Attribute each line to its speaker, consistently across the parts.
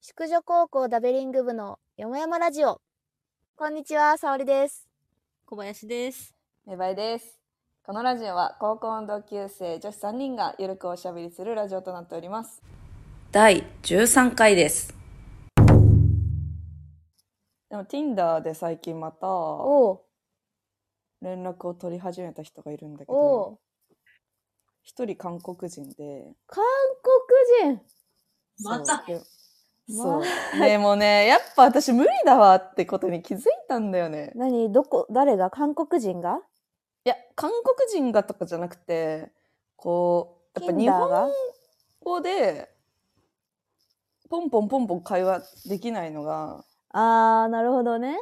Speaker 1: 宿女高校ダベリング部のよもやまラジオ。こんにちは、沙織です。
Speaker 2: 小林です。
Speaker 3: 芽生えです。このラジオは高校の同級生女子3人がゆるくおしゃべりするラジオとなっております。
Speaker 4: 第13回です。
Speaker 3: でも Tinder で最近また
Speaker 1: お
Speaker 3: 連絡を取り始めた人がいるんだけ
Speaker 1: お
Speaker 3: ど、一人韓国人で。
Speaker 1: 韓国人
Speaker 2: また
Speaker 3: そうで
Speaker 1: ま
Speaker 3: そうでもね、やっぱ私無理だわってことに気づいたんだよね。
Speaker 1: 何どこ、誰が韓国人が
Speaker 3: いや、韓国人がとかじゃなくて、こう、やっぱ日
Speaker 1: Tinder が
Speaker 3: 本語で、ポンポンポンポン会話できないのが、
Speaker 1: あー、なるほどね。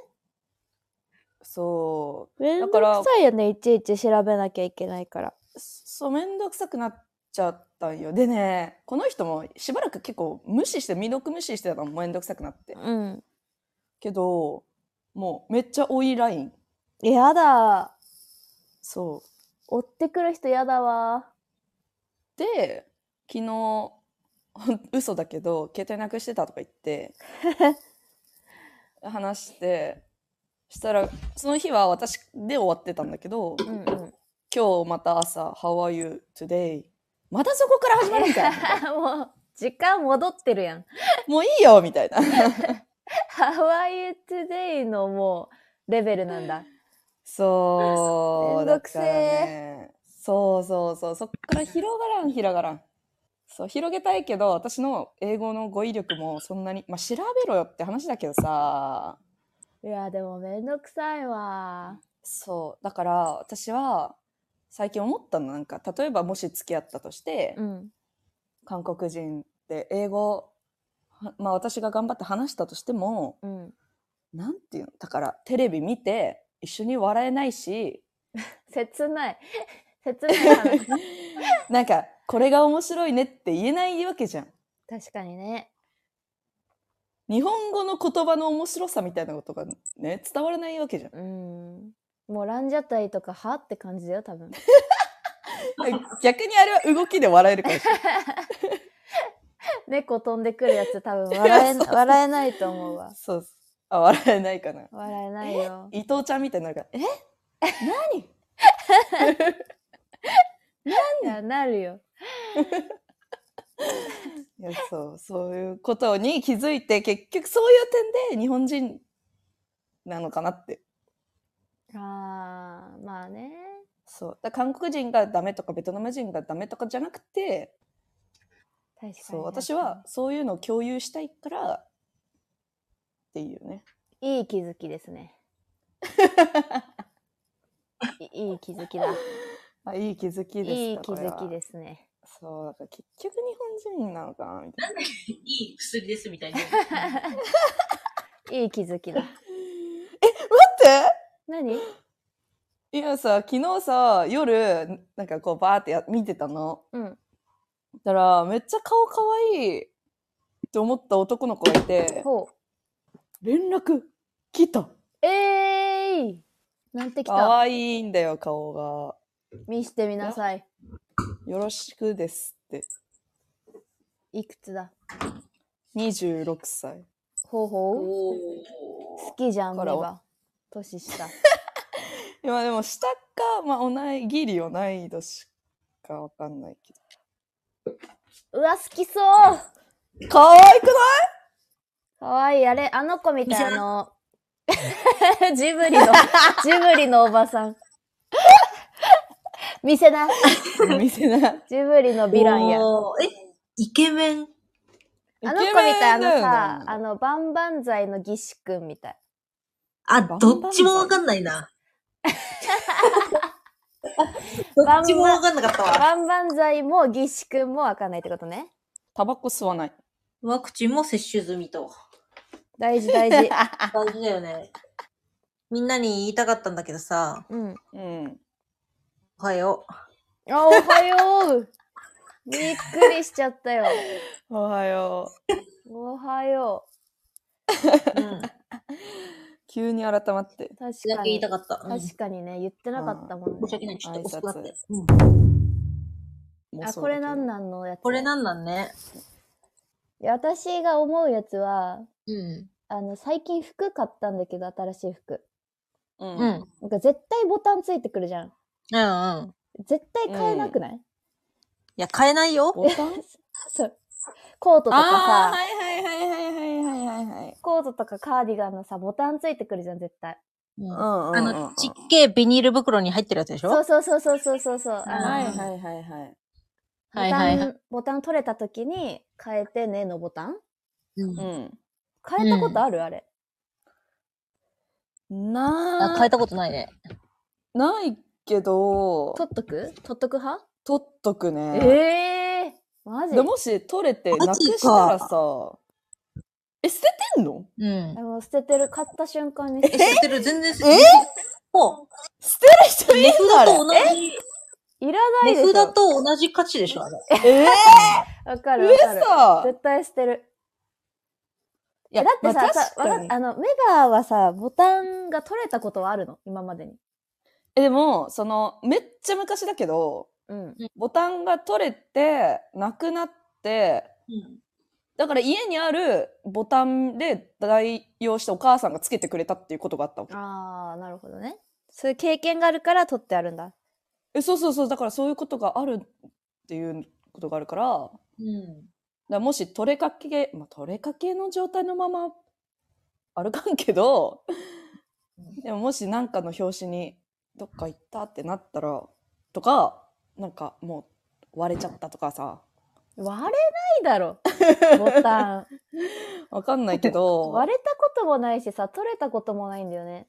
Speaker 3: そう、
Speaker 1: めんど
Speaker 3: だから
Speaker 1: くさいよね、いちいち調べなきゃいけないから。
Speaker 3: そうめんどくさくなっちゃったんよでねこの人もしばらく結構無視して未読無視してたのもめんどくさくなって
Speaker 1: うん。
Speaker 3: けどもうめっちゃ多いライン
Speaker 1: やだ。
Speaker 3: そ
Speaker 1: 追ってくる人やだわ。
Speaker 3: うで昨日 嘘だけど携帯なくしてたとか言って話してしたらその日は私で終わってたんだけど
Speaker 1: うんうん。
Speaker 3: 今日また朝「How are you today?」またそこから始まる んかい
Speaker 1: もう、時間戻ってるやん。
Speaker 3: もういいよみたいな
Speaker 1: How are you today? のもう、レベルなん だ。
Speaker 3: そう。
Speaker 1: めんどくせえ
Speaker 3: だからねそうそうそう。そっから広がらん、広がらん。そう、広げたいけど、私の英語の語彙力もそんなに、まあ、調べろよって話だけどさ。
Speaker 1: いや、でもめんどくさいわ。
Speaker 3: そう。だから、私は、最近思ったの、なんか、例えばもし付き合ったとして、
Speaker 1: うん。
Speaker 3: 韓国人って英語、はまあ私が頑張って話したとしても、
Speaker 1: うん。
Speaker 3: なんていうのだから、テレビ見て、一緒に笑えないし、
Speaker 1: 切ない。切ない話。
Speaker 3: なんか、これが面白いねって言えないわけじゃん。
Speaker 1: 確かにね。
Speaker 3: 日本語の言葉の面白さみたいなことがね、伝わらないわけじゃん。
Speaker 1: うん。もうランジャタイとかはって感じだよ、多分。
Speaker 3: 逆にあれは動きで笑えるかもしれない。
Speaker 1: 猫飛んでくるやつ多分笑え、
Speaker 3: いやそう
Speaker 1: 笑えないと思うわ。
Speaker 3: そうそう。あ、笑えないかな。
Speaker 1: 笑えないよ。
Speaker 3: 伊藤ちゃんみたいになるから、え
Speaker 1: いや、なるよ。
Speaker 3: いや、そう、そういうことに気づいて、結局そういう点で日本人なのかなって。
Speaker 1: あー、まあね。
Speaker 3: そう。だから韓国人がダメとか、ベトナム人がダメとかじゃなくて、
Speaker 1: 確かに。
Speaker 3: そう、私はそういうのを共有したいから、っていうね。
Speaker 1: いい気づきです ね。いいい気づきだ。
Speaker 3: あいい気づきですか
Speaker 1: いい気づ
Speaker 3: これ
Speaker 1: き
Speaker 3: は
Speaker 1: ですね。
Speaker 3: そう、だから結局日本人なのかなみたいな。
Speaker 2: いい薬ですみたい な。
Speaker 1: いい気づきだ。
Speaker 3: 待っ
Speaker 1: 何
Speaker 3: ていやさ、昨日さ、夜、なんかこうバーってや見てたの。
Speaker 1: うん。
Speaker 3: そしたら、めっちゃ顔可愛いって思った男の子がいて、
Speaker 1: ほ
Speaker 3: 連絡来た
Speaker 1: う。えーいなんてき
Speaker 3: 可
Speaker 1: た
Speaker 3: 愛いんだよ、顔が。
Speaker 1: 見してみなさい。
Speaker 3: よろしくですって。
Speaker 1: いくつだ
Speaker 3: 26歳。
Speaker 1: ほうほう。
Speaker 2: お
Speaker 1: 好きじゃん、
Speaker 3: ほ
Speaker 1: 目
Speaker 3: ら
Speaker 1: が。年下。
Speaker 3: 今でも下か、まあ、おない、ギリ同い年かわかんないけ
Speaker 1: うわ、好きそう
Speaker 3: ど。可愛くない
Speaker 1: かわいい。あれ、あの子みたいあの、 ジブリの、ジブリのおばさん。見せな。
Speaker 3: 見せない。
Speaker 1: ジブリのヴィランや。
Speaker 2: ー。え、イケメン。
Speaker 1: あの子みたい、あのさ、あ
Speaker 3: あの、
Speaker 1: の、バンバンザイの義士くんみたい。
Speaker 2: あ、
Speaker 3: バンバン
Speaker 2: どっちもわかんない な。
Speaker 1: バ
Speaker 2: ど
Speaker 1: ンバン
Speaker 2: っちもわかんなかったわ。
Speaker 1: バンバンザイも義士くんもわかんないってことね。
Speaker 3: タバコ吸わない。
Speaker 2: ワクチンも接種済みと。
Speaker 1: 大事大 事。
Speaker 2: 大事だよね。みんなに言いたかったんだけどさ、
Speaker 1: うん。
Speaker 3: うん。
Speaker 2: おはよ
Speaker 1: あ、おはよう。びっくりしちゃったよ。
Speaker 3: おはよう。
Speaker 1: おはよ
Speaker 2: う。うん。だ
Speaker 3: 急に改まって
Speaker 1: う。。確
Speaker 2: け
Speaker 1: か
Speaker 2: 言い
Speaker 1: に
Speaker 2: た。かった。うん
Speaker 1: 確かにね、言ってなかったもん
Speaker 2: 申
Speaker 1: ね。
Speaker 2: し訳ない。ちょっと遅くなっ
Speaker 3: 挨
Speaker 2: て
Speaker 3: 拶。
Speaker 2: うん
Speaker 3: もう
Speaker 1: あ、
Speaker 3: そう
Speaker 1: これなん
Speaker 3: だ
Speaker 1: なんのやつ。
Speaker 2: これなんなんね。
Speaker 1: で私が思うやつは、
Speaker 2: うん。
Speaker 1: あの、最近服買ったんだけど、新しい服。
Speaker 3: うん
Speaker 2: うん。うん
Speaker 1: なんか絶対ボタンついてくるじゃん。
Speaker 2: うん。
Speaker 1: 絶対買えなくない、
Speaker 2: いや、買えないよ。
Speaker 3: ボタン
Speaker 1: そう。コートとか
Speaker 3: ああー、
Speaker 1: さ、
Speaker 3: はいはいはいはいはいはいはいはい。
Speaker 1: コートとかカーディガンのさ、ボタンついてくるじゃん、絶対。
Speaker 2: うんあ
Speaker 3: ん
Speaker 2: の、ちっけえビニール袋に入ってるやつでし
Speaker 1: そ
Speaker 2: ょ
Speaker 1: うそうそうそうそうそうそう。
Speaker 3: はい
Speaker 1: あの
Speaker 3: はいはいはい。
Speaker 1: ボ
Speaker 2: はい
Speaker 1: タ
Speaker 2: はい
Speaker 1: ン、ボタン取れた時に、変えてねのボタン
Speaker 2: うん
Speaker 3: う
Speaker 1: 変えたことある、あれ。
Speaker 3: ん。な
Speaker 2: あ変えたことないね。
Speaker 3: ないけど、
Speaker 1: 取っとく取っとく派
Speaker 3: 取っとくね。
Speaker 1: ええー、マジ
Speaker 3: でもし取れてな
Speaker 2: マ
Speaker 3: く
Speaker 2: ジか
Speaker 3: したらさ、え、捨ててんの
Speaker 2: うん
Speaker 1: あ。の捨ててる、買った瞬間に。
Speaker 2: え、知ってる全然知ってる。
Speaker 3: え
Speaker 2: もう、
Speaker 3: 捨てる人い
Speaker 2: 値
Speaker 3: るんだあ
Speaker 2: 札
Speaker 3: れ
Speaker 2: と同じ、
Speaker 1: いらないで
Speaker 2: 値
Speaker 1: し
Speaker 2: 札
Speaker 1: ょ。
Speaker 2: と同じ価値でしょ、あれ。
Speaker 3: え
Speaker 1: わか
Speaker 3: ー、
Speaker 1: るわかる。
Speaker 3: 嘘
Speaker 1: 絶対捨てる。
Speaker 3: いや
Speaker 1: だって
Speaker 3: まあ
Speaker 1: さ、さ
Speaker 3: 確か
Speaker 1: わか
Speaker 3: に
Speaker 1: あの、メガはさ、ボタンが取れたことはあるの今までに。
Speaker 3: えでも、その、めっちゃ昔だけど、
Speaker 1: うん。
Speaker 3: ボタンが取れて、なくなって、だから家にあるボタンで代用してお母さんがつけてくれたっていうことがあったわけ。
Speaker 1: あー、なるほどね。そういう経験があるから取ってあるんだ。
Speaker 3: え、そうそうそう、だからそういうことがあるっていうことがあるから、だか
Speaker 2: うん。
Speaker 3: らもし取れかけ、まあ、取れかけの状態のまま歩かんけど、でももし何かの表紙にどっか行ったってなったら、とか、なんかもう割れちゃったとかさ、
Speaker 1: 割れないだ ろ。ボタン。
Speaker 3: わかんないけど、
Speaker 1: 割れたこともないしさ、取れたこともないんだよね。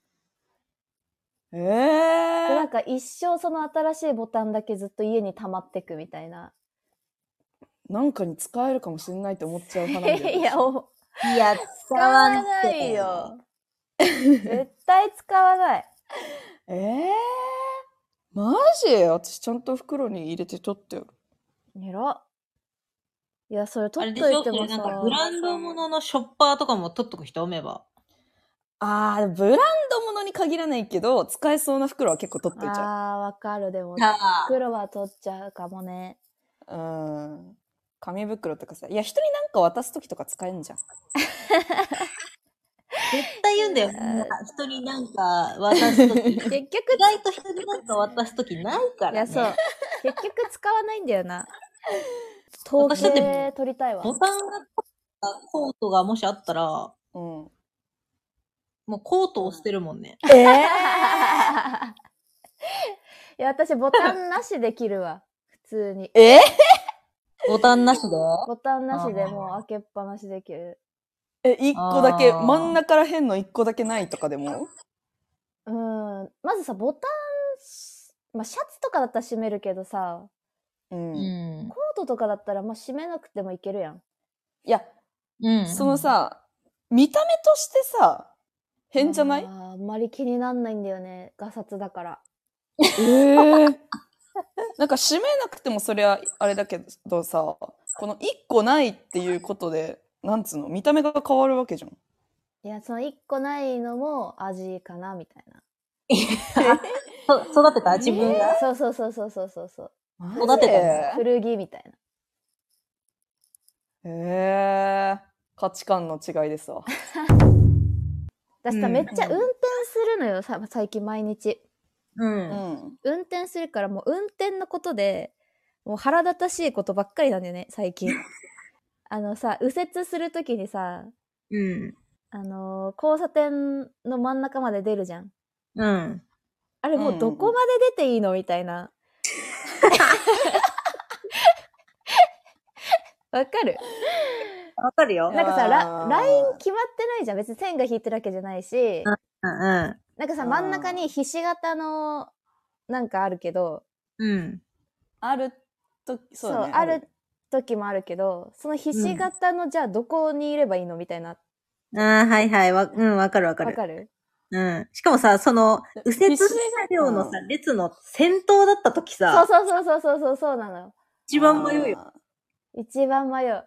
Speaker 3: え
Speaker 1: で
Speaker 3: ー
Speaker 1: なんか一生その新しいボタンだけずっと家に溜まってくみたいな。
Speaker 3: なんかに使えるかもしれ ないって思っちゃう派なんだよね
Speaker 1: いや、お
Speaker 2: いや、使わん
Speaker 1: な
Speaker 2: て
Speaker 1: い。よ。絶対使わない。
Speaker 3: ええー、マジ私ちゃんと袋に入れて取ってよ。
Speaker 1: 寝ろ。いや、それ
Speaker 2: あ
Speaker 1: 取
Speaker 2: れ
Speaker 1: っ
Speaker 2: で
Speaker 1: と
Speaker 2: し
Speaker 1: い
Speaker 2: ょ
Speaker 1: て
Speaker 2: こ
Speaker 1: も
Speaker 2: れな
Speaker 1: さ
Speaker 2: ん。かブランド物のショッパーとかも取っとく人めば。
Speaker 3: ああ、ブランド物に限らないけど、使えそうな袋は結構取っていちゃ
Speaker 1: あー、わかる。でも、
Speaker 2: あ
Speaker 1: 黒は取っちゃうかも ね。
Speaker 3: う。うん。紙袋とかさ。いや、人になんか渡すときとか使えんじゃん。
Speaker 2: 絶対言うんだよ。みんな人になんか渡すとき。意
Speaker 1: 結局、
Speaker 2: 外と人になんか渡すときないから、
Speaker 1: い
Speaker 2: ね。
Speaker 1: や、そう。結局使わないんだよな。統
Speaker 2: 私だって
Speaker 1: 計取りたいわ。
Speaker 2: ボタンが取ったコートがもしあったら、
Speaker 3: うん。
Speaker 2: もうコートを捨てるもんね。
Speaker 3: ええ
Speaker 1: いや、私、ボタンなしで切るわ。普通に。
Speaker 3: ええ
Speaker 2: ボタンなしで
Speaker 1: ボタンなしで
Speaker 2: あー
Speaker 1: もう開けっぱなしで切る。
Speaker 3: え、一個だけ、
Speaker 2: あー
Speaker 3: 真ん中らへんの一個だけないとかでも
Speaker 1: うん。まずさ、ボタンし、まあ、シャツとかだったら閉めるけどさ、
Speaker 3: うん。
Speaker 2: う
Speaker 3: い
Speaker 2: ん
Speaker 1: コー。トとかだったら、まあ、閉めなくてもいけるやん。
Speaker 3: や、
Speaker 2: うん。
Speaker 3: その、さ、見た目としてさ、変じゃない
Speaker 1: あーあんまり気になんないんだよね。ガサツだから。
Speaker 3: えー なんか閉めなくてもそれはあれだけどさこの1個ないっていうことでなんつうの見た目が変わるわけじゃん。
Speaker 1: いや、その一個ないのも味かな、みたいな。
Speaker 2: そ育てた自分が。
Speaker 1: そうそうそうそうそうそうそう。
Speaker 2: 育てたんだ
Speaker 1: 古着みたいな。
Speaker 3: へえー、価値観の違いですわ。
Speaker 1: 私さ、
Speaker 2: うん
Speaker 1: めっちゃ運転するのよ、さ最近毎日。
Speaker 2: うん
Speaker 3: うん、
Speaker 1: 運転するから、もう運転のことで、もう腹立たしいことばっかりなんだよね、最 近。あのさ、右折するときにさ、
Speaker 2: うん。
Speaker 1: あのー交差点の真ん中まで出るじゃん。
Speaker 2: うん。
Speaker 1: あれもうどこまで出ていいのみたいな。 わかる
Speaker 2: わかるよ
Speaker 1: なんかさ、
Speaker 3: あ
Speaker 1: ラ
Speaker 3: ー
Speaker 1: ライン決まってないじゃん。別に線が引いてるわけじゃないし、
Speaker 2: うん。
Speaker 1: なんか
Speaker 3: あ
Speaker 1: さ、
Speaker 3: ー
Speaker 1: 真ん中にひし形の、なんかあるけど、
Speaker 2: うん。
Speaker 3: あるとそうだね
Speaker 1: ある時もあるけど、そのひし形の、じゃあどこにいればいいのみたいな。
Speaker 2: ああ、はいはい。わ、うん、わかるわか
Speaker 1: わ
Speaker 2: る。
Speaker 1: かる
Speaker 2: うん。しかもさ、その、右折車両のさ
Speaker 3: う、
Speaker 2: 列の先頭だった時
Speaker 1: そう
Speaker 2: さ、
Speaker 1: そうそうそうそうそうそうなのよ。
Speaker 2: 一番迷うよ。
Speaker 3: あ
Speaker 1: 一番迷う。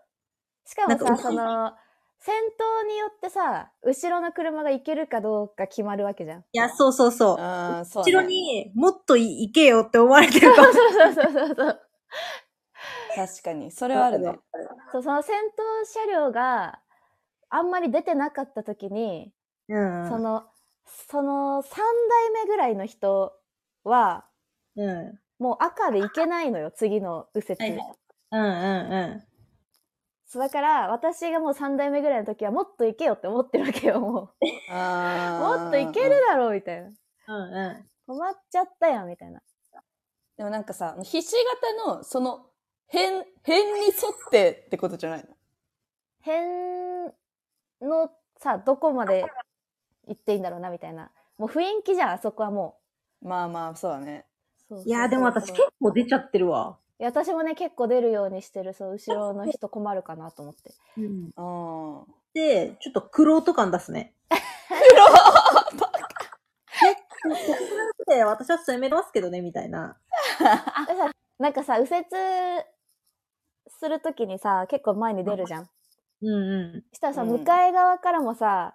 Speaker 1: しかも
Speaker 2: な
Speaker 1: さ、
Speaker 2: んか
Speaker 1: その、先頭によってさ、後ろの車が行けるかどうか決まるわけじゃん。
Speaker 2: いや、そうそうそう
Speaker 3: ー。あーそう
Speaker 2: 後ろ
Speaker 3: だね
Speaker 2: にもっとい行けよって思われてる
Speaker 1: そ
Speaker 2: かも
Speaker 1: うそうそうそうそう。
Speaker 3: 確かに。それはあるね。
Speaker 1: そうその戦闘車両があんまり出てなかった時に、
Speaker 2: うん。
Speaker 1: そのその3代目ぐらいの人は
Speaker 2: うん。うん
Speaker 1: もう赤でいけないのよ次の右折、
Speaker 2: はいはうんう。
Speaker 1: そうだから私がもう3代目ぐらいの時はもっといけよって思ってるわけよもう
Speaker 3: あー
Speaker 1: もっといけるだろうみたいなん
Speaker 2: うんう
Speaker 1: 止まっちゃったやんみたいな
Speaker 3: でもなんかさ、ひし形の、その、辺、辺に沿ってってことじゃないの
Speaker 1: 辺のさどこまで行っていいんだろうなみたいなもう雰囲気じゃんあそこはも
Speaker 3: まあまあ、そうだね。
Speaker 1: うそうそうそう
Speaker 2: いやーでも私結構出ちゃってるわ。
Speaker 1: いや私もね結構出るようにしてるそう後ろの人困るかなと思って
Speaker 2: うん。
Speaker 3: うん。
Speaker 2: で、ちょっとクロート感出すね。クロートで私は攻めますけどね、みたいな。
Speaker 1: でさなんかさ右折するときにさ結構前に出るじゃん
Speaker 2: うんう
Speaker 1: したらさ、
Speaker 3: うん
Speaker 1: 向かい側からもさ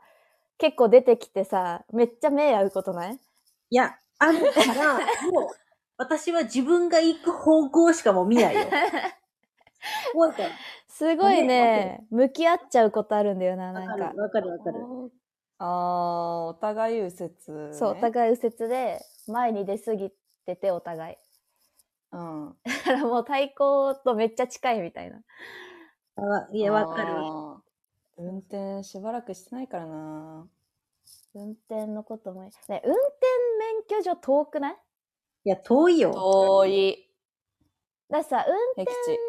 Speaker 1: 結構出てきてさめっちゃ目合うことない
Speaker 2: ん。いや、ある から、もう、私は自分が行く方向しかもう見ないよ。怖いから。
Speaker 1: すごいね
Speaker 2: ね
Speaker 1: 向き合っちゃうことあるんだよなな
Speaker 2: わか
Speaker 1: んか
Speaker 2: るわかるわかる。
Speaker 3: ああ、お互い右折、ね。
Speaker 1: そうお互い右折で前に出過ぎててお互い
Speaker 3: うん。
Speaker 1: だからもう対抗とめっちゃ近いみたいな
Speaker 2: あわいや、わかるわ。
Speaker 3: あー運転しばらくしてないからな。
Speaker 1: 運転のこともね運転免許所遠くない
Speaker 2: いや、遠いよ。
Speaker 3: 遠い。
Speaker 1: だってさ運
Speaker 3: 僻地。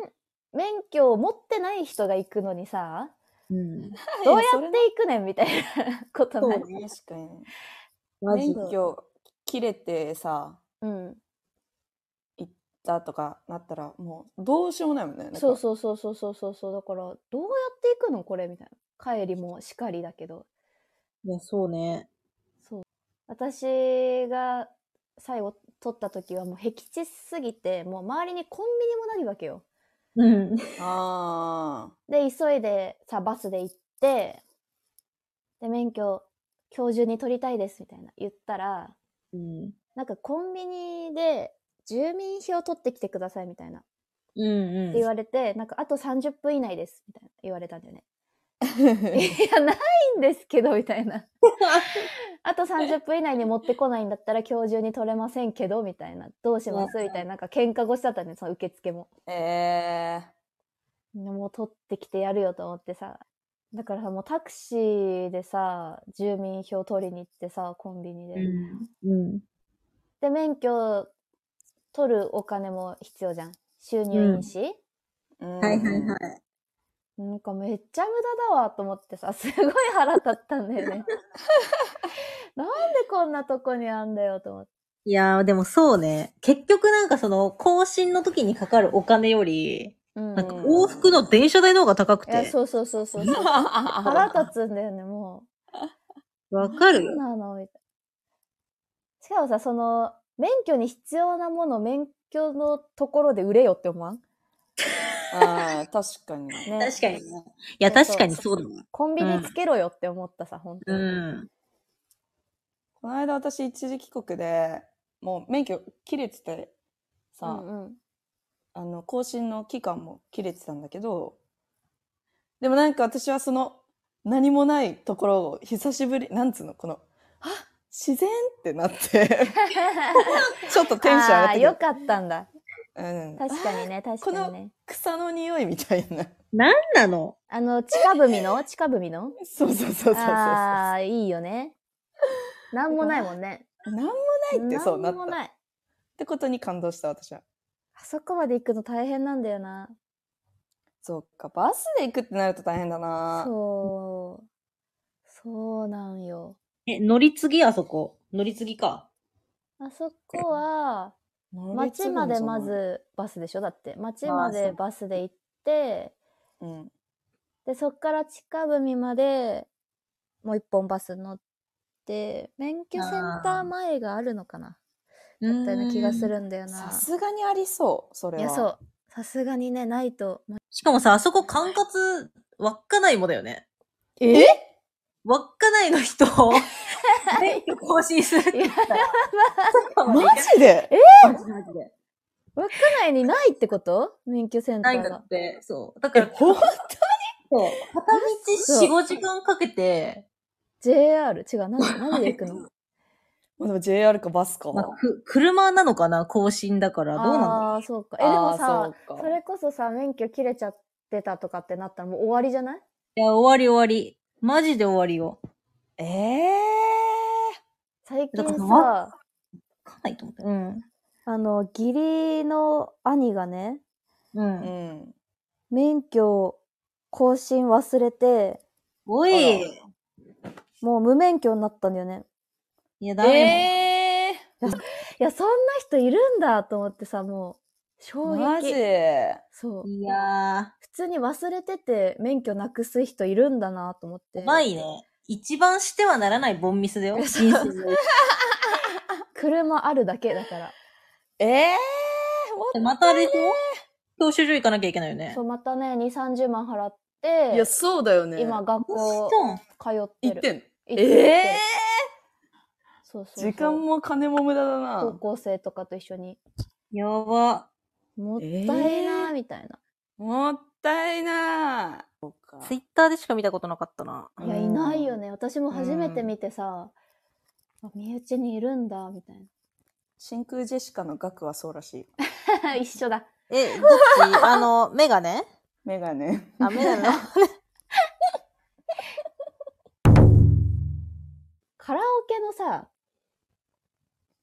Speaker 1: 免許を持ってない人が行くのにさ
Speaker 2: うん。
Speaker 1: どうや
Speaker 3: そ
Speaker 1: っ
Speaker 3: れ
Speaker 1: て行くねんみたいなことない
Speaker 2: そう
Speaker 3: 確かに。
Speaker 2: マジ
Speaker 3: 免
Speaker 2: で。
Speaker 3: 許切れてさ、
Speaker 1: うん
Speaker 3: だとかなったら、もうどうしようもないもんね。なんか
Speaker 1: そうそうそうそうそうそうそうだからどうやって行くのこれみたいな帰りもしかりだけど
Speaker 2: いや、そうね。
Speaker 1: 私が最後取った時はもう僻地すぎてもう周りにコンビニもないわけよ
Speaker 2: うん。
Speaker 3: あ
Speaker 1: で急いでさバスで行ってで免許今日中に取りたいですみたいな言ったら
Speaker 2: うん。
Speaker 1: なんかコンビニで住民票取ってきてくださいみたいな
Speaker 2: うん
Speaker 1: って言
Speaker 2: う
Speaker 1: われて、なんかあと30分以内ですみたいな言われたんだよね。
Speaker 3: ー。
Speaker 1: いや、ないんですけどみたいな。あと30分以内に持ってこないんだったら今日中に取れませんけどみたいな。どうしますみたいな。なんか喧嘩腰だったんで、その受付も。
Speaker 3: え
Speaker 1: もう取ってきてやるよと思ってさ。だからさ、もうタクシーでさ、住民票取りに行ってさ、コンビニで。
Speaker 2: ん。うん。うん。
Speaker 1: で、免許取るお金も必要じゃん。収入印紙、
Speaker 3: ー。うん
Speaker 2: はいはい はい。
Speaker 1: なんかめっちゃ無駄だわと思ってさ、 すごい腹立ったんだよ ね。なんでこんなとこにあんだよと思って。
Speaker 2: いやー、でもそうね。結局なんかその、更新の時にかかるお金より、
Speaker 1: うん
Speaker 2: なんか往復の電車代の方が高く
Speaker 1: いや、
Speaker 2: て。
Speaker 1: そうそうそうそう そう。腹立つんだよね、も
Speaker 2: わかる
Speaker 1: う。
Speaker 2: よ。
Speaker 1: なのみたいな。しかもさ、その、免許に必要なもの、免許のところで売れよって思わん
Speaker 3: あー確かに。
Speaker 1: ね。
Speaker 2: 確かにね。いや、
Speaker 1: そう
Speaker 2: 確かにそうだわ。
Speaker 1: コンビニつけろよって思ったさ、本当
Speaker 2: う
Speaker 1: に。
Speaker 2: ん。
Speaker 3: この間私一時帰国でもう免許切れてて
Speaker 1: う
Speaker 3: さ、
Speaker 1: んうん。
Speaker 3: あの更新の期間も切れてたんだけどでもなんか私はその何もないところを久しぶりなんつうのこのあ自然ってなって ちょっとテンション上がっ
Speaker 1: あー
Speaker 3: てきた
Speaker 1: よかったんだ。
Speaker 3: うん、
Speaker 1: 確かにね、確かにね。
Speaker 3: 草の匂いみたいな
Speaker 2: なの
Speaker 1: あの、近踏の近踏の
Speaker 3: そうそうそうそうそう
Speaker 1: ああ、いいよね。 なんもないもんね。
Speaker 3: なんもないってそうな
Speaker 1: な
Speaker 3: っ
Speaker 1: ん
Speaker 3: た
Speaker 1: も
Speaker 3: っ
Speaker 1: ない。
Speaker 3: てことに感動した私は
Speaker 1: あそこまで行くの大変なんだよな。
Speaker 3: そうかバスで行くってなると大変だな
Speaker 1: そう。そうなんよ。
Speaker 2: え、乗り継ぎあそこ。乗り継ぎか。
Speaker 1: あそこは、
Speaker 3: 乗り継
Speaker 1: 町
Speaker 3: ぐ
Speaker 1: ま
Speaker 3: んじ
Speaker 1: で
Speaker 3: ゃな
Speaker 1: ま、
Speaker 3: い
Speaker 1: ずバスでしょだって。町
Speaker 2: あー
Speaker 1: までバスで行って、
Speaker 3: うん、
Speaker 1: で、そっから近海まで、もう一本バス乗って、免許センター前があるのかなだったような気がするんだよな
Speaker 3: さ。すがにありそうそれ
Speaker 1: い
Speaker 3: は
Speaker 1: や、そう。さすがにね、ないと。
Speaker 2: しかもさ、あそこ管轄、稚内もだよね。
Speaker 3: え
Speaker 2: 稚内の人 を、免許更新するって言ったら。
Speaker 3: マジで
Speaker 2: マジでマジで
Speaker 1: 稚内にないってこと免許センタ
Speaker 2: ないん
Speaker 1: ー
Speaker 2: だ
Speaker 1: が
Speaker 2: っ。て。そう。だ
Speaker 3: え、
Speaker 2: から、
Speaker 3: ほん
Speaker 2: そう片道4、5時間かけて、
Speaker 1: JR? 違 う、なんで、なんで行くの
Speaker 3: まあでも JR かバスか。
Speaker 2: まあ、く車なのかな更新だから、どうなんだ
Speaker 1: ああー、そうか。え、でも
Speaker 3: あ
Speaker 1: さ
Speaker 3: ー、そう
Speaker 1: そ
Speaker 3: か
Speaker 1: れこそさ、免許切れちゃってたとかってなったらもう終わりじゃない
Speaker 2: いや、終わり終わり。マジで終わりよ。
Speaker 3: ええ
Speaker 1: 最近
Speaker 2: だから
Speaker 1: さ、
Speaker 2: わかんないと思った。
Speaker 1: うん。あの、義理の兄がね、
Speaker 2: う
Speaker 3: ー。
Speaker 2: ん。
Speaker 3: うん。
Speaker 1: 免許更新忘れて、
Speaker 2: おい。
Speaker 3: あら
Speaker 2: い
Speaker 1: もう無免許になったんだよね。
Speaker 2: や、ダメ。
Speaker 3: ええ
Speaker 1: いや、そんな人いるんだと思ってさ、もう、衝撃。
Speaker 3: マジ
Speaker 1: そう。
Speaker 2: いや
Speaker 1: 普通に忘れてて免許なくす人いるんだなと思って。
Speaker 2: ー、うまいね。一番してはならないボンミスだ よ。人生で。
Speaker 1: 車あるだけだから。
Speaker 3: ええ
Speaker 2: でまたあれでしょ教習所行かなきゃいけないよね
Speaker 1: そ。う、またね、2、30万払って、
Speaker 3: ー。いや、そうだよね。
Speaker 1: 今、学校
Speaker 2: そう
Speaker 1: 通って
Speaker 3: 行っ
Speaker 1: る。
Speaker 3: てんの。
Speaker 1: 行ってる
Speaker 3: ええ
Speaker 1: そうそう
Speaker 3: ー。
Speaker 1: そう
Speaker 3: 時間も金も無駄だ
Speaker 1: 高
Speaker 3: な。
Speaker 1: 校生とかと一緒に。
Speaker 2: やば。
Speaker 1: もったいなーみたいな。
Speaker 3: もったいない。そうか
Speaker 2: ツイッターでしか見たことなかったな。
Speaker 3: えー
Speaker 1: いや、
Speaker 3: うん
Speaker 1: いないよね。私も初めて見てさ、あ身内にいるんだ、みたい
Speaker 3: 真空ジェシカの額はそうらしい。
Speaker 1: な。一緒だ。
Speaker 2: え、どっちあの、メガネ
Speaker 3: メガネ。
Speaker 2: あ、メガネの。
Speaker 1: カラオケのさ、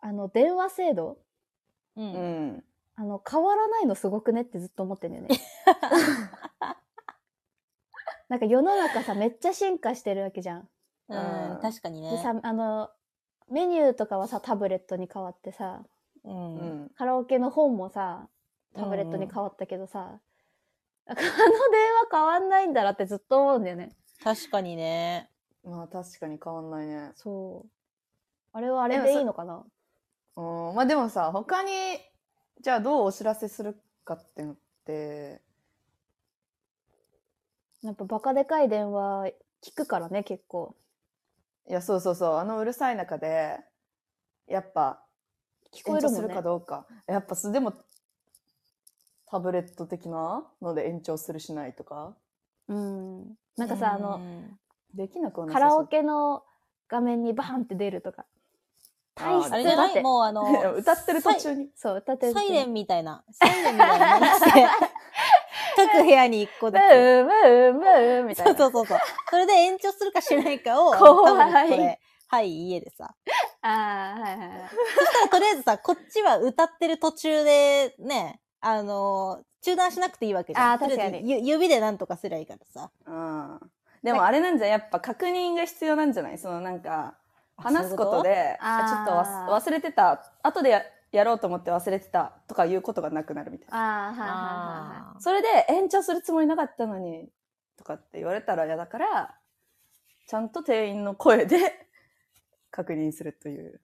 Speaker 1: あの、電話制度
Speaker 2: う。
Speaker 3: うんん。
Speaker 1: あの、変わらないのすごくねってずっと思ってんだよ ね。なんか世の中さ、めっちゃ進化してるわけじゃん。
Speaker 2: うん、確かに
Speaker 1: で
Speaker 2: ね。
Speaker 1: さ、あの、メニューとかはさ、タブレットに変わってさ、
Speaker 2: う。
Speaker 3: うんん。
Speaker 1: カラオケの本もさ、タブレットに変わったけどさ、なんかあの電話変わんないんだなってずっと思うんだよね。
Speaker 2: 確かにね。
Speaker 3: まあ確かに変わんないね。
Speaker 1: そう。あれはあれでいいのかな
Speaker 3: うん。まあでもさ、他に、じゃあどうお知らせするかってのって、
Speaker 1: やっぱバカでかい電話聞くからね、結構。
Speaker 3: いや、そうそうそう、あのうるさい中で、やっぱ、
Speaker 1: 聞こ
Speaker 3: 延
Speaker 1: える
Speaker 3: 長
Speaker 1: も
Speaker 3: す
Speaker 1: ん
Speaker 3: る
Speaker 1: ね
Speaker 3: か。どうか。やっぱす、でも、タブレット的なので延長するしないとか、
Speaker 1: うん。なんかさ、あの、
Speaker 3: できなくはな
Speaker 1: カ
Speaker 3: さ
Speaker 1: ラ
Speaker 3: そう
Speaker 1: オケの画面にバーンって出るとか。
Speaker 3: あー
Speaker 1: 体質
Speaker 2: あれじゃ
Speaker 1: だ
Speaker 2: な
Speaker 1: っ
Speaker 2: い
Speaker 1: て。
Speaker 2: もうあ
Speaker 3: いや
Speaker 2: の、
Speaker 3: 歌ってる途中に。
Speaker 1: そう、歌ってる時
Speaker 2: サ
Speaker 1: に。
Speaker 2: イレンみたいな。サイレンみたいなの して。各部屋に一個
Speaker 1: ブ
Speaker 2: だけ。
Speaker 1: ーブーブーみたい
Speaker 2: そ
Speaker 1: な。
Speaker 2: うそうそうそう。それで延長するかしないかを、
Speaker 1: 怖い
Speaker 2: 多分これはい、家でさ。
Speaker 1: ああ、はいはいはい。
Speaker 2: そしたらとりあえずさ、こっちは歌ってる途中で、ね、あのー中断しなくていいわけじゃん。
Speaker 1: あー確かに
Speaker 2: とりえずゆ指でなんとかすりゃいいからさ。
Speaker 3: うん。でもあれなんじゃ、やっぱ確認が必要なんじゃないそのなんか、話すことで、
Speaker 1: そういうこと
Speaker 3: あちょっと
Speaker 1: あ
Speaker 3: わす忘れてた、後でややろうと思って忘れてたとかいうことがなくなるみたいな。
Speaker 1: ああ、はいはいはいはい。
Speaker 2: あ
Speaker 3: それで延長するつもりなかったのに、とかって言われたら嫌だから、ちゃんと店員の声で 確認するという。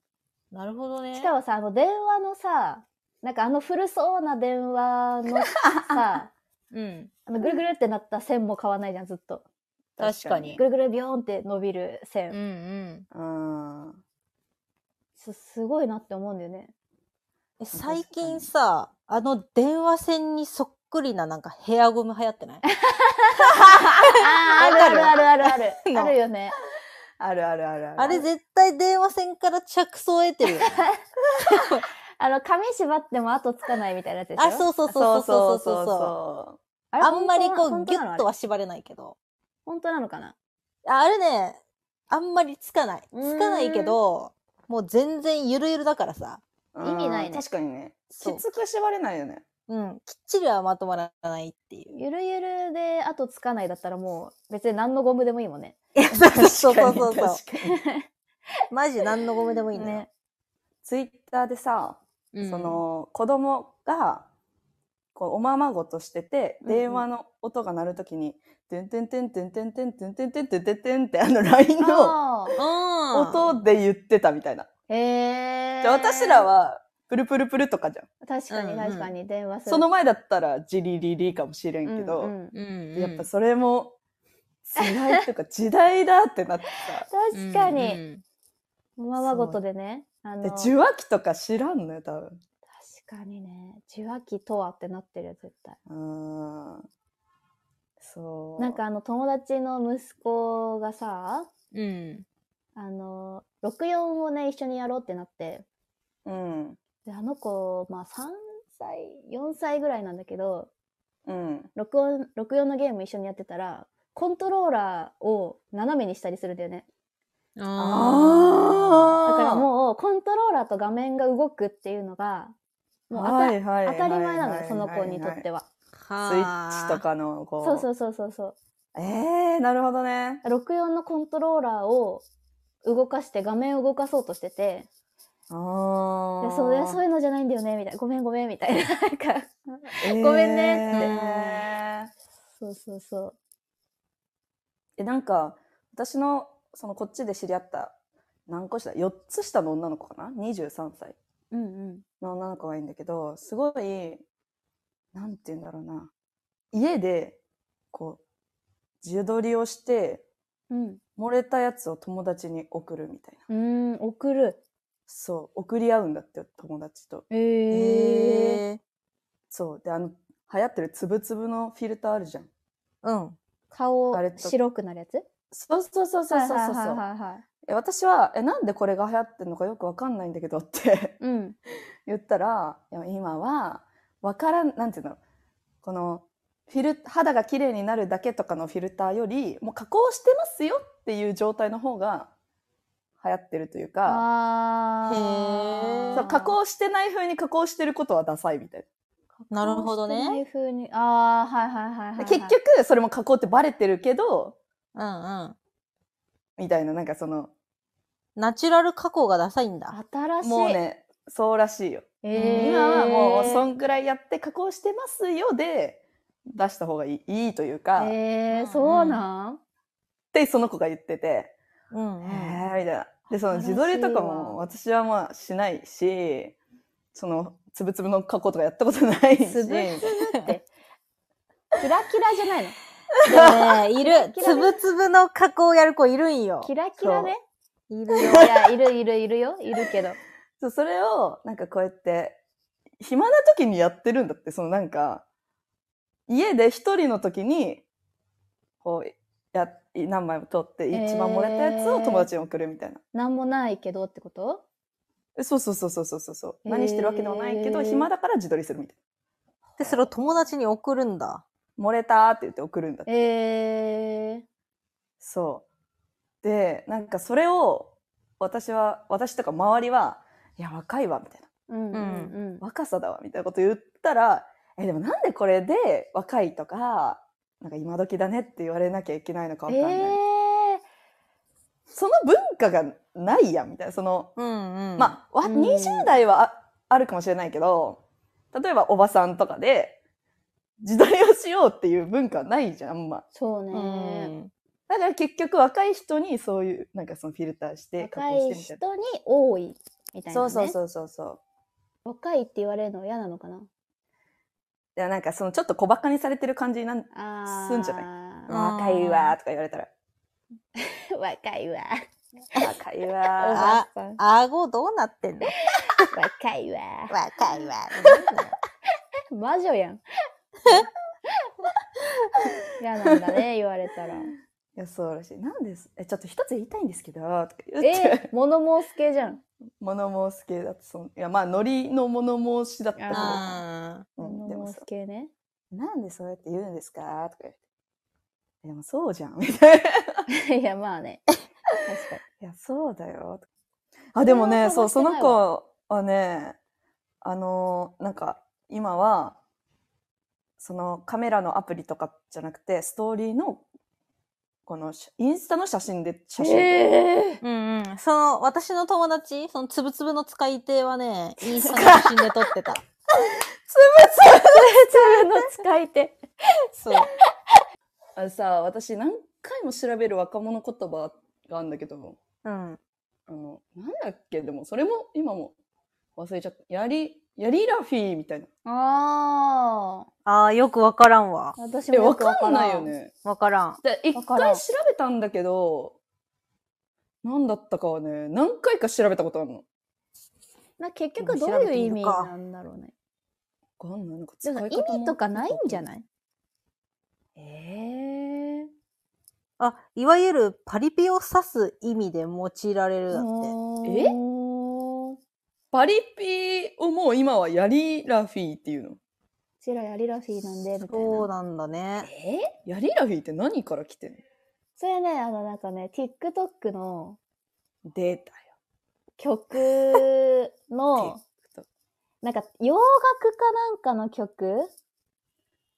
Speaker 2: ーなるほどね。
Speaker 1: しかもさ、あの電話のさ、なんかあの古そうな電話の さ、
Speaker 2: うん。
Speaker 1: あのぐるぐるってなった線も買わないじゃん、ずっと。
Speaker 2: 確かに
Speaker 1: ぐるぐるビヨーンって伸びる線。
Speaker 2: ん。
Speaker 3: うん。
Speaker 1: すすごいなって思うんだよね。
Speaker 2: え最近さ、あの電話線にそっくりななんかヘアゴム流行ってな
Speaker 1: あ
Speaker 2: い
Speaker 1: あ、あるあるあるあるある。
Speaker 2: の
Speaker 1: あるよね。
Speaker 3: あるあるあるある。
Speaker 2: あれ絶対電話線から着想を得てるよね。
Speaker 1: あの、髪縛っても後つかないみたいなやつでしょ
Speaker 2: あ、そうそうそうそうそうそうそう。
Speaker 3: そ
Speaker 1: あれ
Speaker 2: あんまりこう
Speaker 1: 本
Speaker 2: ギ
Speaker 1: 当
Speaker 2: ュ
Speaker 1: なの
Speaker 2: ッとは縛れないけど。
Speaker 1: 本当なのかな
Speaker 2: ああれね、あんまりつかない。
Speaker 1: うーん
Speaker 2: つかないけど、もう全然ゆるゆるだからさ。
Speaker 3: うそう。
Speaker 1: 意味ないね
Speaker 3: うん確かにね。
Speaker 2: そう
Speaker 3: きつく縛れないよね。
Speaker 2: うん。きっちりはまとまらないっ ていう。
Speaker 1: ゆるゆるで後つかないだったらもう別に何のゴムでもいいもんね。
Speaker 2: いや、 そう そうそう
Speaker 3: 確
Speaker 2: そう
Speaker 3: か
Speaker 2: そう
Speaker 3: に。確かに
Speaker 2: マジ何のゴムでもいいんだよ。
Speaker 1: ね。
Speaker 3: ツイッターでさ、
Speaker 2: うん
Speaker 3: そ、の子供がこうおままごとしてて、
Speaker 1: うんうん
Speaker 3: 電話の音が鳴るときに「てんてんてんてんてんてんてんてんてんてんてんてん」ってあの LINE の
Speaker 1: あー
Speaker 2: うん。
Speaker 3: 音で言ってたみたいな。
Speaker 1: へえ。
Speaker 3: じゃあ私ら。はプルプルプルとかじゃん。
Speaker 1: 確か
Speaker 2: う
Speaker 1: に
Speaker 2: んうん
Speaker 1: 確かに電話する。
Speaker 3: その前だったらジリリリかもしれんけど、
Speaker 1: うんうん
Speaker 2: うん
Speaker 3: やっぱそれも辛いとか時代だってなってさ。
Speaker 1: 確かに、おままごとでね。あ
Speaker 3: で
Speaker 1: の、確
Speaker 3: 受話器とか知らんのよ多分。
Speaker 1: かにね受話器とはってなってるよ絶対
Speaker 3: うん。そう。
Speaker 1: なんか、あの友達の息子がさ
Speaker 4: うん。
Speaker 1: あの64をね一緒にやろうってなって
Speaker 3: うん。
Speaker 1: であの子まあ3歳4歳ぐらいなんだけど
Speaker 3: うん。
Speaker 1: 録音64のゲーム一緒にやってたらコントローラーを斜めにしたりするんだよねだ
Speaker 3: ああ。
Speaker 1: からもうコントローラーと画面が動くっていうのがもうあた
Speaker 3: はいはい
Speaker 1: 当たり前なのよ
Speaker 3: はいはい
Speaker 1: その子にとっては
Speaker 3: スイッチと。かのこう。。
Speaker 1: そうそううそうそうそう
Speaker 3: ええー、なるほどね。
Speaker 1: 64のコントローラーを動かして画面を動かそうとしてて
Speaker 3: あ
Speaker 1: 「い
Speaker 3: あ
Speaker 1: や。そういやそういうのじゃないんだよね」みたいな「ごめんごめん」みたいななんかご
Speaker 3: ご
Speaker 1: めんねって
Speaker 3: って。
Speaker 1: そうそうそう
Speaker 3: え、なんか、私の、そのこっちで知り合った、何個下 ?4 つ下の女の子かな ?23 歳
Speaker 1: うんうん
Speaker 3: の女の子がいいんだけど、すごい、なんて言うんだろうな。家で、こう、自撮りをして、
Speaker 1: うん
Speaker 3: 漏れたやつを友達に送るみたいな。
Speaker 1: うーん送る
Speaker 3: そう、送り合うんだって、友達と。
Speaker 1: ええ
Speaker 3: え。そう。で、あの、流行ってるつぶつぶのフィルターあるじゃん。
Speaker 4: うん。
Speaker 1: 顔
Speaker 3: あれと
Speaker 1: 白くなるやつ
Speaker 3: そうそうそうそうそうそう
Speaker 1: はいはい
Speaker 3: そう。
Speaker 1: はいはいはい
Speaker 3: え私は、え、なんでこれが流行ってるのかよくわかんないんだけどって
Speaker 1: うん
Speaker 3: 言ったら、いや今は、わからん、なんていうのこの、フィル、肌が綺麗になるだけとかのフィルターより、もう加工してますよっていう状態の方が流行ってるというか、
Speaker 1: あ
Speaker 4: へ
Speaker 1: ー
Speaker 4: ー
Speaker 3: そう加工してない風に加工してることはダサいみたい
Speaker 4: なるほどね
Speaker 1: こうしてない風にああはいはいはいはい、
Speaker 3: な。
Speaker 1: はい、
Speaker 3: 結局、それも加工ってバレてるけど、
Speaker 4: うんうん。
Speaker 3: みたいな、なんかその、
Speaker 4: ナチュラル加工がダサいんだ。
Speaker 1: 新しい
Speaker 3: もうね、そうらしいよ。
Speaker 1: えー、
Speaker 3: 今はもうそんくらいやって加工してますよで出した方がいいいいというか、っ
Speaker 1: え
Speaker 4: うん
Speaker 1: ー、そうなん、
Speaker 3: てその子が言ってて、
Speaker 4: うん、う
Speaker 3: へ
Speaker 4: ん。
Speaker 3: えみたいな。でその
Speaker 1: 素晴らしい
Speaker 3: 自撮りとか
Speaker 1: わ
Speaker 3: も私はまあしないしそのつぶつぶの加工とかやったことないし
Speaker 1: つぶつぶってキラキラじゃないの
Speaker 4: でもね、い る。
Speaker 1: キラキラ
Speaker 4: つぶつぶの加工やる子いるんよ。
Speaker 1: キラキラね
Speaker 4: い
Speaker 1: い
Speaker 4: るよ。
Speaker 1: やいるいるいるよいるけど
Speaker 3: そうそれをなんかこうやって暇な時にやってるんだってそのなんか家で一人の時にこうや何枚も撮って一番もらったやつを友達に送るみたいな。
Speaker 1: なんもないけどってこと
Speaker 3: えそうそうそうそうそうそうそう。
Speaker 1: へー
Speaker 3: 何してるわけでもないけど、暇だから自撮りするみたい
Speaker 4: で、それを友達に送るんだ。
Speaker 3: な。漏れたって言って送るんだって。
Speaker 1: えー、
Speaker 3: そう。で、なんかそれを、私は、私とか周りは、いや、若いわ、みたいな。
Speaker 1: うんうんうん
Speaker 3: 若さだわ、みたいなこと言ったら、え、でもなんでこれで若いとか、なんか今時だねって言われなきゃいけないのかわかん
Speaker 1: え
Speaker 3: ない。
Speaker 1: ー、
Speaker 3: その文化がないやん、みたいな。その、
Speaker 4: うんうん。
Speaker 3: まあ、わ
Speaker 1: うん
Speaker 3: 20代はああるかもしれないけど、例えばおばさんとかで、自撮りをしようっていう文化はないじゃん、あんま。
Speaker 1: そうね、
Speaker 4: うん。
Speaker 3: だから結局若い人にそういう、なんかそのフィルターして、加
Speaker 1: 若
Speaker 3: 工
Speaker 1: い
Speaker 3: してみたいな。
Speaker 1: 人に多いみたいな、
Speaker 3: そ
Speaker 1: ね、
Speaker 3: うそうそうそうそう。
Speaker 1: 若いって言われるの嫌なのかな
Speaker 3: でなんかそのちょっと小馬鹿にされてる感じになん、
Speaker 1: あー
Speaker 3: すんじゃない
Speaker 4: うん
Speaker 3: 若いわーとか言われたら、
Speaker 1: 若いわ
Speaker 3: 若い
Speaker 1: お
Speaker 3: わ
Speaker 1: ば
Speaker 3: ー。
Speaker 1: さん
Speaker 4: 顎どうなってん の
Speaker 1: 若いわ
Speaker 4: 若いわ。
Speaker 1: 魔女やん嫌なんだね言われたら
Speaker 3: いや、そうらしい。なんです、え、ちょっと一つ言いたいんですけど、とか言って、
Speaker 1: え物申す系じゃん
Speaker 3: 物申す系だと、そのいや、まあ、ノリの物申しだったけど、
Speaker 4: あ
Speaker 3: うん、でも
Speaker 1: 物
Speaker 3: さ
Speaker 1: 申す系ね
Speaker 3: なんでそうやって言うんですかとか言って。でもそうじゃん。みたいな。い
Speaker 1: いやまあね確かに
Speaker 3: や、そうだよ。あ、でもね、
Speaker 1: それは
Speaker 3: そう、
Speaker 1: 探して
Speaker 3: その
Speaker 1: ない
Speaker 3: 子はね、あのーなんか、今は、そのカメラのアプリとかじゃなくて、ストーリーの、このし、インスタの写真で、写真 で。
Speaker 1: え
Speaker 4: ーうんうん。その、私の友達、そのつぶつぶの使い手はね、インスタの写真で撮ってた。
Speaker 1: ー、の使い手
Speaker 4: そう。
Speaker 3: あのさ、私何回も調べる若者言葉があるんだけど、
Speaker 4: うん。
Speaker 3: あの、なんだっけ、でも、それも、今も忘れちゃった。やり、やりラフィーみたいな。
Speaker 1: ああ
Speaker 4: ああ、よくわからんわ。
Speaker 1: 私
Speaker 3: え、
Speaker 1: も
Speaker 3: わ
Speaker 1: よく
Speaker 3: か
Speaker 1: わから
Speaker 3: ん
Speaker 1: ん
Speaker 3: ないよね。
Speaker 4: わからん。
Speaker 3: で一
Speaker 1: わから
Speaker 3: 回
Speaker 1: ん
Speaker 3: 調べたんだけど、何だったかはね、何回か調べたことあるの。
Speaker 1: な結局どういう意味なんだろうね
Speaker 3: かんない。なんか
Speaker 1: でもさ意味とかないんじゃないい
Speaker 3: ええ
Speaker 2: あ、いわゆるパリピを指す意味で用いられるだって。
Speaker 1: え
Speaker 3: パリピをもう今はヤリラフィーっていうの。
Speaker 1: うちらやりラフィーなんでみたい
Speaker 2: そう
Speaker 1: な
Speaker 2: なんだね。
Speaker 1: え
Speaker 3: ヤリラフィーって何から来てんの
Speaker 1: それねあのなんかね TikTok の
Speaker 3: 出た
Speaker 1: 曲
Speaker 3: よ
Speaker 1: の。
Speaker 3: TikTok
Speaker 1: なんか洋楽かなんかの曲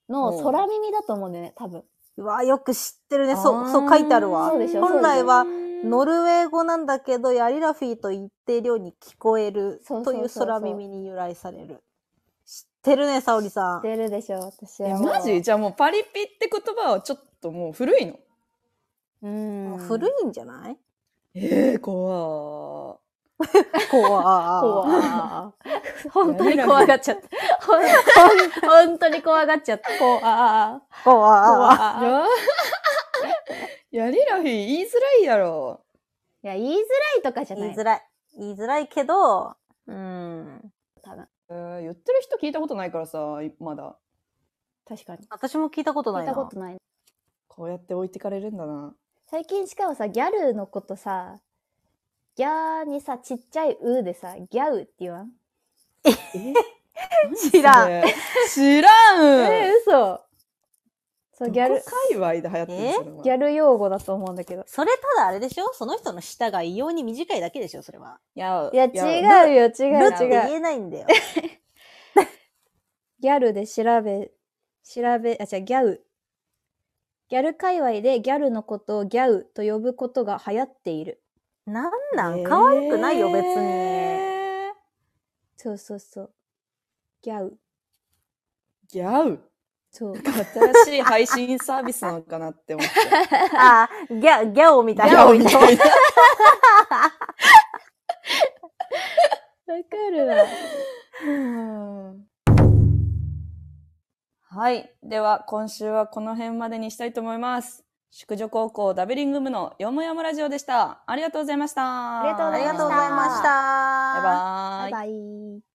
Speaker 1: の
Speaker 3: うん
Speaker 1: 空耳だと思うんだよね多分
Speaker 2: うわ、よく知ってるね。そ
Speaker 3: あ
Speaker 2: う、
Speaker 3: ー
Speaker 2: そう書いてあるわ。
Speaker 1: そうでしょ
Speaker 2: 本来はノ
Speaker 3: 乗る。
Speaker 2: ルウェー語なんだけど、ヤリラフィーと一定量に聞こえる
Speaker 1: そうそう
Speaker 2: と
Speaker 1: そ
Speaker 2: いうう
Speaker 1: そう
Speaker 2: 空耳に由来される。知ってるね、沙織さん。
Speaker 1: 出るでしょ私
Speaker 3: え
Speaker 1: は
Speaker 3: マジじゃあもうパリピって言葉はちょっともう古いの
Speaker 1: うん
Speaker 2: 古いんじゃない
Speaker 3: ええー、怖ー
Speaker 2: 怖
Speaker 1: 怖
Speaker 2: あ。
Speaker 1: 本当に怖がっちゃった。ほんほん本当 に怖がっちゃった。怖あ
Speaker 2: 怖あ。
Speaker 1: 怖い
Speaker 3: いや ヤリラフィー言いづらいやろ。
Speaker 1: や、言いづらいとかじゃな
Speaker 2: 言
Speaker 1: い
Speaker 2: い。づらい。言いづらいけど、うん。
Speaker 1: 多分
Speaker 3: えー言ってる人聞いたことないからさ、まだ。
Speaker 1: 確かに。
Speaker 2: 私も聞いたこと
Speaker 1: 聞
Speaker 2: ないい
Speaker 1: た
Speaker 2: な。
Speaker 1: ことない。
Speaker 3: こうやって置いてかれるんだな。
Speaker 1: 最近しかもさ、ギャルのことさ、ギャーにさ、ちっちゃいうーでさ、ギャウって言わん
Speaker 2: 知らん。
Speaker 3: ん。知ら
Speaker 1: え
Speaker 3: ん。
Speaker 1: ー、嘘そう、ギ
Speaker 3: ギ
Speaker 1: ャ
Speaker 3: ャル
Speaker 1: ル、
Speaker 3: 界隈で流行ってるんですよ。
Speaker 1: ギャル用語だと思うんだけど。
Speaker 2: それただあれでしょその人の舌が異様に短いだけでしょそれは。
Speaker 3: や
Speaker 1: いや、
Speaker 3: う。
Speaker 1: 違うよ、違
Speaker 2: ルって
Speaker 1: う違
Speaker 2: 言
Speaker 1: う。
Speaker 2: えないんだ よ。
Speaker 1: ギャルで調べ、調べ、あ、違う、ギャウ。ギャル界隈でギャルのことをギャウと呼ぶことが流行っている。
Speaker 2: なんなん可愛くないよ、別に。
Speaker 3: えー
Speaker 1: そうそうそう。ギャウ。
Speaker 3: ギャウ。
Speaker 1: そう。
Speaker 3: 新しい配信サービスなのかなって思って。
Speaker 2: あー、ギャ、ギャオみたい
Speaker 3: ギ
Speaker 2: な
Speaker 3: ャ。ウみたいな。
Speaker 1: かるわ。
Speaker 3: はい。では、今週はこの辺までにしたいと思います。宿女高校ダベリング部のよもやもラジオでした。ありがとうございました。
Speaker 1: ありがとうござ
Speaker 2: あり
Speaker 1: いま
Speaker 2: が
Speaker 1: し
Speaker 2: と
Speaker 1: た
Speaker 2: うございました。
Speaker 3: バイバイ。
Speaker 1: バイバイ。